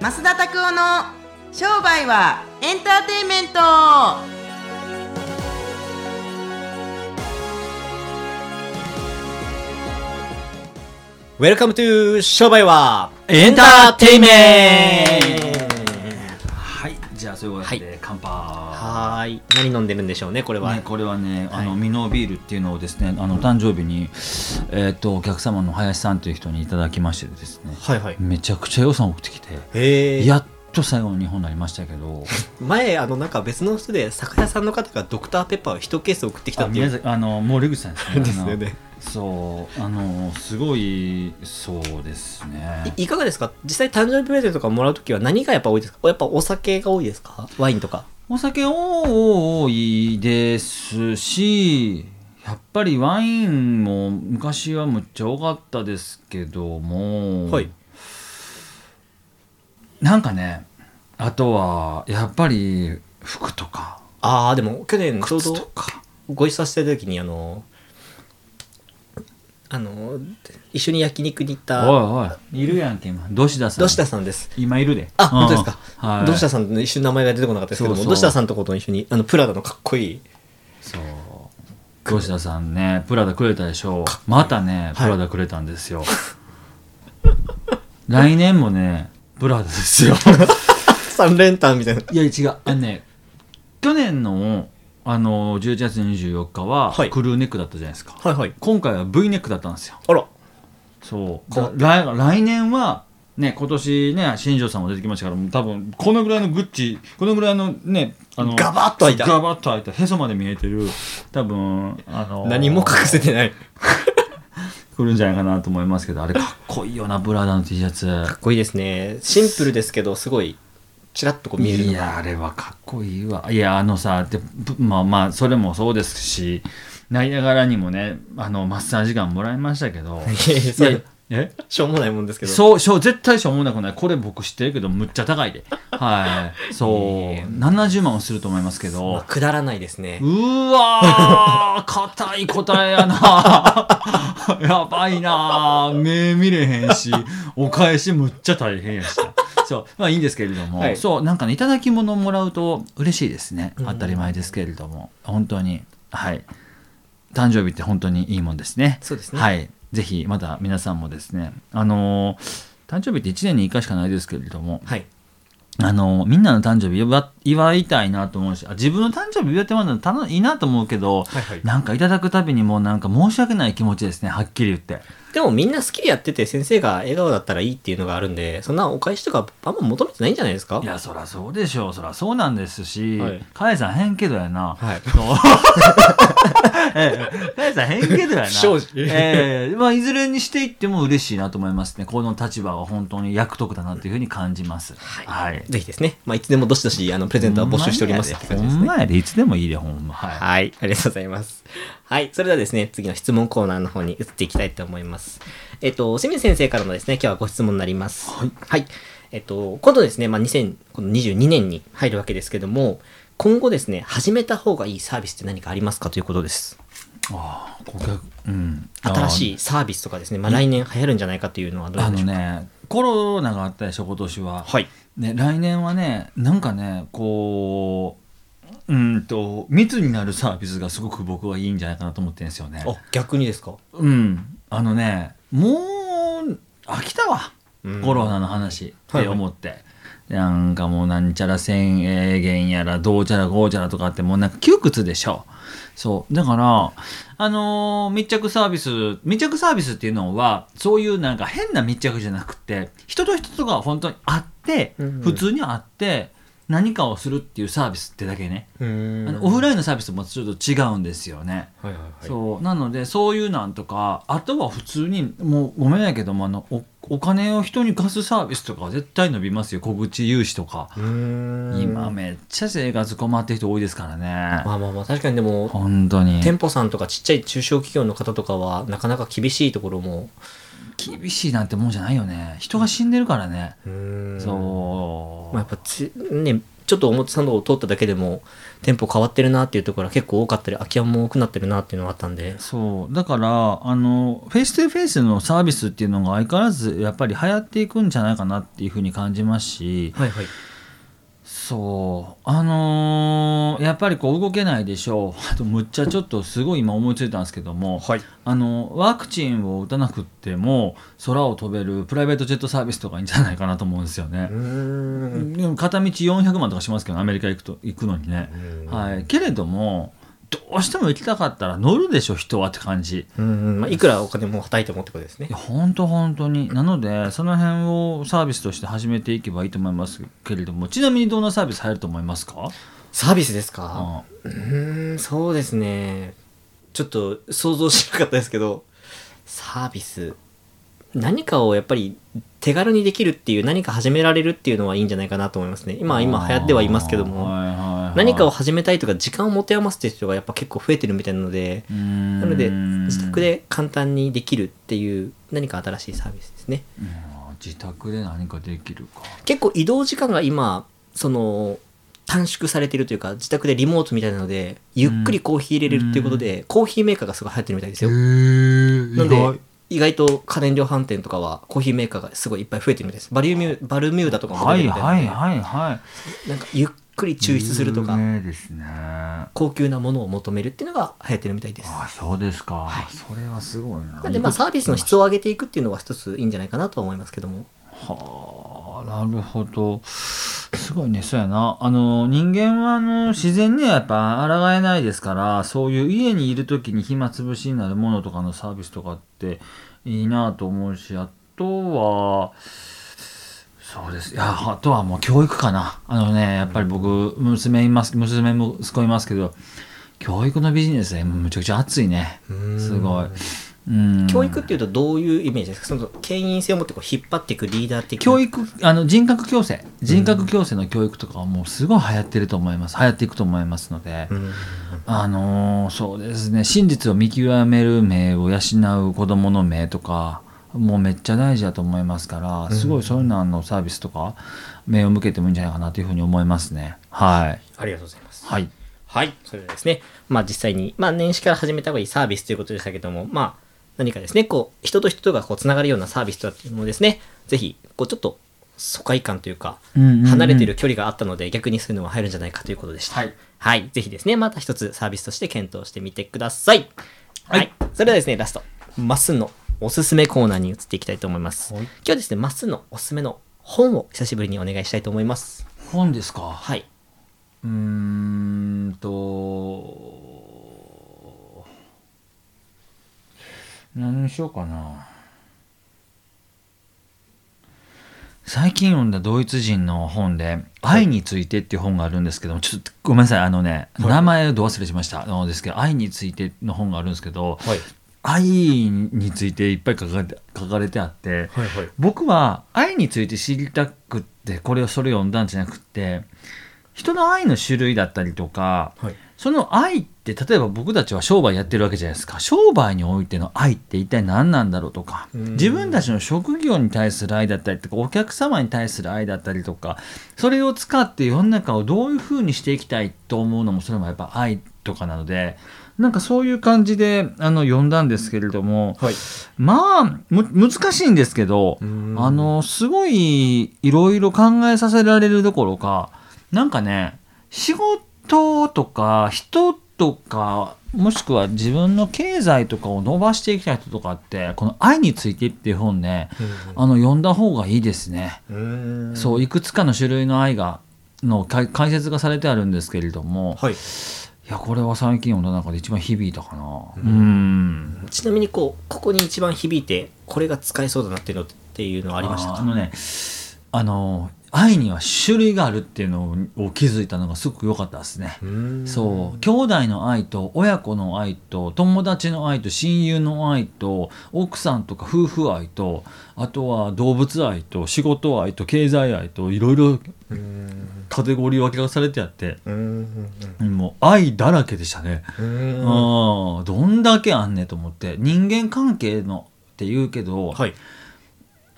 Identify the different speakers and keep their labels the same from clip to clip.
Speaker 1: 増田拓夫の商売はエンターテインメント
Speaker 2: ウェルカムトゥー商売は
Speaker 3: エンターテイメント
Speaker 4: はいじゃあそういうことで、乾杯
Speaker 2: はーい何飲んでるんでしょうねこれは、
Speaker 4: ね、これはね、あのミノービールっていうのをですねあの誕生日に、えー、とお客様の林さんという人にいただきましてですね、
Speaker 2: はいはい
Speaker 4: めちゃくちゃ予算送ってきて、
Speaker 2: へえ
Speaker 4: やっと最後の日本になりましたけど
Speaker 2: 前あのなんか別の人で酒屋さんの方がドクターペッパーを一ケース送ってきたっ
Speaker 4: あ
Speaker 2: てい
Speaker 4: 宮
Speaker 2: う
Speaker 4: 崎あの森口さんですね
Speaker 2: ですよね
Speaker 4: あのそうあのすごいそうですね
Speaker 2: いいかがですか実際誕生日プレゼントとかもらうときは何がやっぱ多いですかやっぱお酒が多いですかワインとか
Speaker 4: お酒多いですしやっぱりワインも昔はむっちゃ多かったですけども、
Speaker 2: はい
Speaker 4: なんかねあとはやっぱり服とか
Speaker 2: ああでも去年ちょう
Speaker 4: 靴と
Speaker 2: ど
Speaker 4: か
Speaker 2: ご一緒させてる時にあのあの一緒に焼肉に行った
Speaker 4: おいおいいるやんけ今どしださん
Speaker 2: どしたさんです
Speaker 4: 今いるで
Speaker 2: あ、本当ですか。
Speaker 4: はい、
Speaker 2: どうしたさんの一瞬名前が出てこなかったですけども、
Speaker 4: そうそう
Speaker 2: どうしたさんとこと一緒に、あの、プラダのかっこいい。
Speaker 4: そう黒田さんねプラダくれたでしょまた
Speaker 2: は
Speaker 4: ね
Speaker 2: い
Speaker 4: プラダくれたんですよ、来年もねプラダですよ
Speaker 2: 三連単みたいな。
Speaker 4: いや違うあのね去年のあの11月24日は
Speaker 2: はい
Speaker 4: クルーネックだったじゃないですか、
Speaker 2: はいはい。
Speaker 4: 今回は V ネックだったんですよ
Speaker 2: あら。
Speaker 4: そう
Speaker 2: 変わ
Speaker 4: だ
Speaker 2: っ
Speaker 4: 来来年はね今年ね新庄さんも出てきましたからもう多分このぐらいのグッチこのぐらいのねあの
Speaker 2: ガバッと開いた
Speaker 4: ガバッと開いたへそまで見えてる多分あの
Speaker 2: 何も隠せてない。か
Speaker 4: 来るんじゃないかなと思いますけどあれかっこいいよなブラダの T シャツ
Speaker 2: っこいいですね。シンプルですけど、すごい、ちらっとこう見える
Speaker 4: い
Speaker 2: のが。
Speaker 4: やあれはかっこいいわいやあのさでぶまあまあそれもそうですしナイアガラにもねあのマッサージガンもらいましたけど
Speaker 2: いやいや それ
Speaker 4: いやえ
Speaker 2: しょうもないもんですけど。
Speaker 4: そうそう絶対しょうもなくないこれ僕知ってるけどむっちゃ高いで はいそう、70万はすると思いますけ
Speaker 2: まあ
Speaker 4: ど
Speaker 2: くだらないですね
Speaker 4: う。わー硬い答えやな やばいな目見れへんしお返しむっちゃ大変やしそうまあいいんですけれども、
Speaker 2: はい
Speaker 4: そうなんかねいただき物もらうと嬉しいですね
Speaker 2: うん
Speaker 4: 当たり前ですけれども、本当にはい誕生日って本当にいいもんですね
Speaker 2: そうですね
Speaker 4: はい、ぜひまた皆さんもですね、あのー誕生日って1年に1回しかないですけれども、
Speaker 2: はい。
Speaker 4: あのーみんなの誕生日祝祝いたいなと思うしあ自分の誕生日祝ってもらうのたのいいなと思うけど、
Speaker 2: はいはい
Speaker 4: なんかいただくたびにもうなんか申し訳ない気持ちですねはっきり言って
Speaker 2: でもみんな好きでやってて、先生が笑顔だったらいいっていうのがあるんで、そんなお返しとかあんま求めてないんじゃないですか
Speaker 4: いやそらそうでしょうそらそうなんですし、
Speaker 2: はい
Speaker 4: カエさん変けどや な、
Speaker 2: はい。
Speaker 4: ええ、大地さん変形だよな。
Speaker 2: 不祥事
Speaker 4: ええまあいずれにしていっても嬉しいなと思いますね。この立場は本当に役得だなというふうに感じます。はい。
Speaker 2: ぜひですね。まあ、いつでもどしどし、あの、プレゼントは募集しておりますって感じ
Speaker 4: ほ
Speaker 2: です
Speaker 4: ん
Speaker 2: ね。
Speaker 4: まやで、いつでもいいで、ほんま。はい。
Speaker 2: はい、ありがとうございます。はい、それではですね、次の質問コーナーの方に移っていきたいと思います。えっと、清水先生からのですね、今日はご質問になります。はい。えっと、今度ですね、まあ、2022年に入るわけですけども、今後ですね、始めた方がいいサービスって何かありますかということです。
Speaker 4: ああ、顧客、うん。
Speaker 2: 新
Speaker 4: い。
Speaker 2: しいサービスとかですね、まあ、来年流行るんじゃないかというのはどう
Speaker 4: あ
Speaker 2: でし
Speaker 4: の
Speaker 2: ょうか。
Speaker 4: ね、コロナがあったでしょ、今年は。
Speaker 2: はい。
Speaker 4: ね、来年はね、なんかね、こう、うんと、密になるサービスがすごく僕はいいんじゃないかなと思ってるんですよね。
Speaker 2: あ、逆にですか
Speaker 4: うん、あのねもう飽きたわ、
Speaker 2: うん
Speaker 4: コロナの話
Speaker 2: は
Speaker 4: っ
Speaker 2: い
Speaker 4: て思って、なんかもうなんちゃら千円減やらどうちゃらこうちゃらとかってもうなんか窮屈でしょそうだからあのー密着サービス密着サービスっていうのはそういうなんか変な密着じゃなくて人と人とが本当に会って、
Speaker 2: うんうん
Speaker 4: 普通に会って何かをするっていうサービスってだけね、
Speaker 2: うーん
Speaker 4: あのオフラインのサービスともちょっと違うんですよね、
Speaker 2: はいはいはい。
Speaker 4: そうなのでそういうなんとかあとは普通にもうごめんやけどもあのおお金を人に貸すサービスとかは絶対伸びますよ小口融資とか、
Speaker 2: うーん。
Speaker 4: 今めっちゃ生活困ってる人多いですからね、
Speaker 2: まあまあまあ、確かにでも、
Speaker 4: 本当に
Speaker 2: 店舗さんとかちっちゃい中小企業の方とかはなかなか厳しいところも
Speaker 4: 厳しいなんてもんじゃないよね人が死んでるからね、
Speaker 2: うーん
Speaker 4: そう、
Speaker 2: まあ、やっぱち、ね、ちょっと表参道を通っただけでも店舗変わってるなっていうところが結構多かったり空き家も多くなってるなっていうのがあったんで
Speaker 4: そうだからあのフェイス2フェイスのサービスっていうのが相変わらずやっぱり流行っていくんじゃないかなっていうふうに感じますし
Speaker 2: はいはい
Speaker 4: そうあのーやっぱりこう動けないでしょうあ とむっちゃちょっとすごい今思いついたんですけども、
Speaker 2: はい
Speaker 4: あのワクチンを打たなくっても空を飛べるプライベートジェットサービスとかいいんじゃないかなと思うんですよね
Speaker 2: う。ん
Speaker 4: でも片道400万とかしますけどアメリカ行くと行くのにね、はい、けれどもどうしても行きたかったら乗るでしょ人はって感じ。
Speaker 2: うんまあ、いくらお金もはたいてもってことですね
Speaker 4: いや本当本当になのでその辺をサービスとして始めていけばいいと思いますけれどもちなみにどんなサービス入ると思いますか
Speaker 2: サービスですか
Speaker 4: あ
Speaker 2: うーんそうですねちょっと想像しなかったですけどサービス何かをやっぱり手軽にできるっていう何か始められるっていうのはいいんじゃないかなと思いますね今今流行ってはいますけども
Speaker 4: はいはいはい
Speaker 2: 何かを始めたいとか時間を持て余すっていう人がやっぱ結構増えてるみたいなので
Speaker 4: うーん
Speaker 2: なので自宅で簡単にできるっていう何か新しいサービスですね
Speaker 4: うん自宅で何かできるか
Speaker 2: 結構移動時間が今その短縮されてるというか自宅でリモートみたいなのでゆっくりコーヒー入れれるっていうことで、コーヒーメーカーがすごい流行ってるみたいですよ、な
Speaker 4: なん
Speaker 2: で意外と家電量販店とかはコーヒーメーカーがすごいいっぱい増えてるみたいですバリューミューバルミューダとかも
Speaker 4: は
Speaker 2: 出て
Speaker 4: い
Speaker 2: るみたいなの
Speaker 4: は
Speaker 2: で
Speaker 4: いはいはい
Speaker 2: なんかゆっくり抽出するとか、
Speaker 4: 有名ですねあ
Speaker 2: 高級なものを求めるっていうのが流行ってるみたいです
Speaker 4: そうですか、それはすごいな
Speaker 2: なんでまあサービスの質を上げていくっていうのは一ついいんじゃないかなとは思いますけども
Speaker 4: はあなるほどすごいねそうやなあの人間はあの自然にはやっぱ抗えないですからそういう家にいる時に暇つぶしになるものとかのサービスとかっていいなと思うしあとはそうですいやあとはもう教育かなあのねやっぱり僕娘います娘も息子いますけど教育のビジネスは今むちゃくちゃ熱いねすごい。うん
Speaker 2: 教育っていうとどういうイメージですかその牽引性を持ってこう引っ張っていくリーダー的な
Speaker 4: 教育あの人格矯正人格矯正の教育とかはもうすごい流行ってると思います流行っていくと思いますので、
Speaker 2: うん
Speaker 4: あのーそうですね真実を見極める目を養う子どもの目とかもうめっちゃ大事だと思いますからすごいそういうののサービスとか目を向けてもいいんじゃないかなというふうに思いますねはい
Speaker 2: ありがとうございます
Speaker 4: はい
Speaker 2: はい、それではですね、まあ実際に、まあ年始から始めた方がいいサービスということでしたけども、まあ何かですね、こう、人と人とがこう、つながるようなサービスというのをですね、ぜひ、こう、ちょっと疎外感というか、
Speaker 4: うんうんうん
Speaker 2: 離れている距離があったので、逆にそういうのが入るんじゃないかということでした。
Speaker 4: はい。
Speaker 2: はい、ぜひですね、また一つサービスとして検討してみてください。
Speaker 4: は
Speaker 2: はいい。それではですね、ラスト、まっすんのおすすめコーナーに移っていきたいと思います。
Speaker 4: はい
Speaker 2: 今日はですね、まっすんのおすすめの本を久しぶりにお願いしたいと思います。
Speaker 4: 本ですか
Speaker 2: はい。
Speaker 4: うーんと何にしようかな最近読んだドイツ人の本で「愛について」っていう本があるんですけどもちょっとごめんなさいあのね、名前をど忘れしましたあのですけど「愛について」の本があるんですけど、
Speaker 2: はい。
Speaker 4: 愛についていっぱい書かれて書かれてあって、
Speaker 2: はいはい。
Speaker 4: 僕は愛について知りたくってこれをそれを読んだんじゃなくって人の愛の種類だったりとか、
Speaker 2: はい
Speaker 4: その愛って例えば僕たちは商売やってるわけじゃないですか商売においての愛って一体何なんだろうとか
Speaker 2: うん
Speaker 4: 自分たちの職業に対する愛だったりとかお客様に対する愛だったりとかそれを使って世の中をどういうふうにしていきたいと思うのもそれもやっぱ愛とかなのでなんかそういう感じであの読んだんですけれども、
Speaker 2: はい。
Speaker 4: まあむ難しいんですけどあ
Speaker 2: ん
Speaker 4: のすごいいろいろ考えさせられるどころかなんかね仕事とか人とかもしくは自分の経済とかを伸ばしていきたい人とかってこの「愛について」っていう本ねあの読んだ方がいいですね。
Speaker 2: うん
Speaker 4: そういくつかの種類の愛がの解解説がされてあるんですけれども、
Speaker 2: はい、
Speaker 4: いやこれは最近読んだ中で一番響いたかな。うん
Speaker 2: ちなみにこうここに一番響いてこれが使えそうだなっていうのっていうのはありました
Speaker 4: あー
Speaker 2: か
Speaker 4: あのねあの愛には種類があるっていうのを気づいたのがすごく良かったですね。そう兄弟の愛と親子の愛と友達の愛と親友の愛と奥さんとか夫婦愛とあとは動物愛と仕事愛と経済愛といろいろカテゴリー分けがされてあって
Speaker 2: うーん
Speaker 4: もう愛だらけでしたね。
Speaker 2: うーん
Speaker 4: あーどんだけあんねんと思って人間関係のって言うけど、
Speaker 2: はい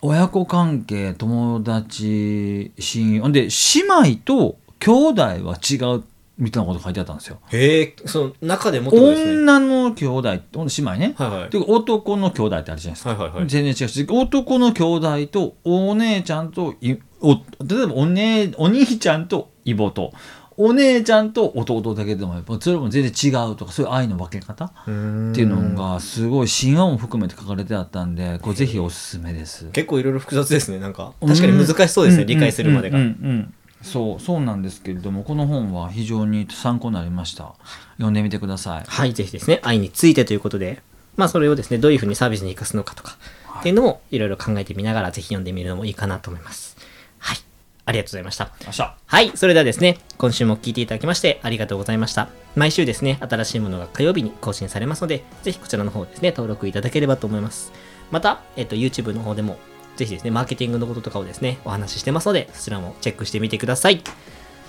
Speaker 4: 親子関係友達親友ほんで姉妹と兄弟は違うみたいなこと書いてあったんですよ。
Speaker 2: へえ、その中でもってことですね。
Speaker 4: 女の兄弟ってほんと姉妹ね、
Speaker 2: はいはい
Speaker 4: てか男の兄弟ってあるじゃないですか、
Speaker 2: はいはいはい
Speaker 4: 全然違うし男の兄弟とお姉ちゃんといお例えばお,、ね、お兄ちゃんと妹お姉ちゃんと弟だけでもやっぱそれも全然違うとかそういう愛の分け方っていうのがすごい神話も含めて書かれてあったんでこれぜひおすすめです。
Speaker 2: 結構いろいろ複雑ですね。なんか、確かに難しそうですね。
Speaker 4: ん
Speaker 2: 理解するまでが。
Speaker 4: うんうんうんうんそうそうなんですけれどもこの本は非常に参考になりました読んでみてください
Speaker 2: はい、ぜひですね、愛についてということで、まあそれをですね、どういうふうにサービスに生かすのかとか、っていうのもいろいろ考えてみながら、ぜひ読んでみるのもいいかなと思います。はい、ありがとうございました。
Speaker 4: 明日
Speaker 2: はい、それではですね、今週も聞いていただきましてありがとうございました。毎週ですね、新しいものが火曜日に更新されますので、ぜひこちらの方ですね、登録いただければと思います。また、えっと、YouTube の方でも、ぜひですね、マーケティングのこととかをですね、お話ししてますので、そちらもチェックしてみてください。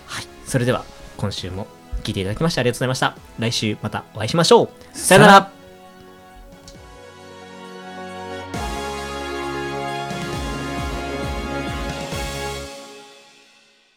Speaker 2: はい、それでは、今週も聞いていただきましてありがとうございました。来週またお会いしましょう。さよなら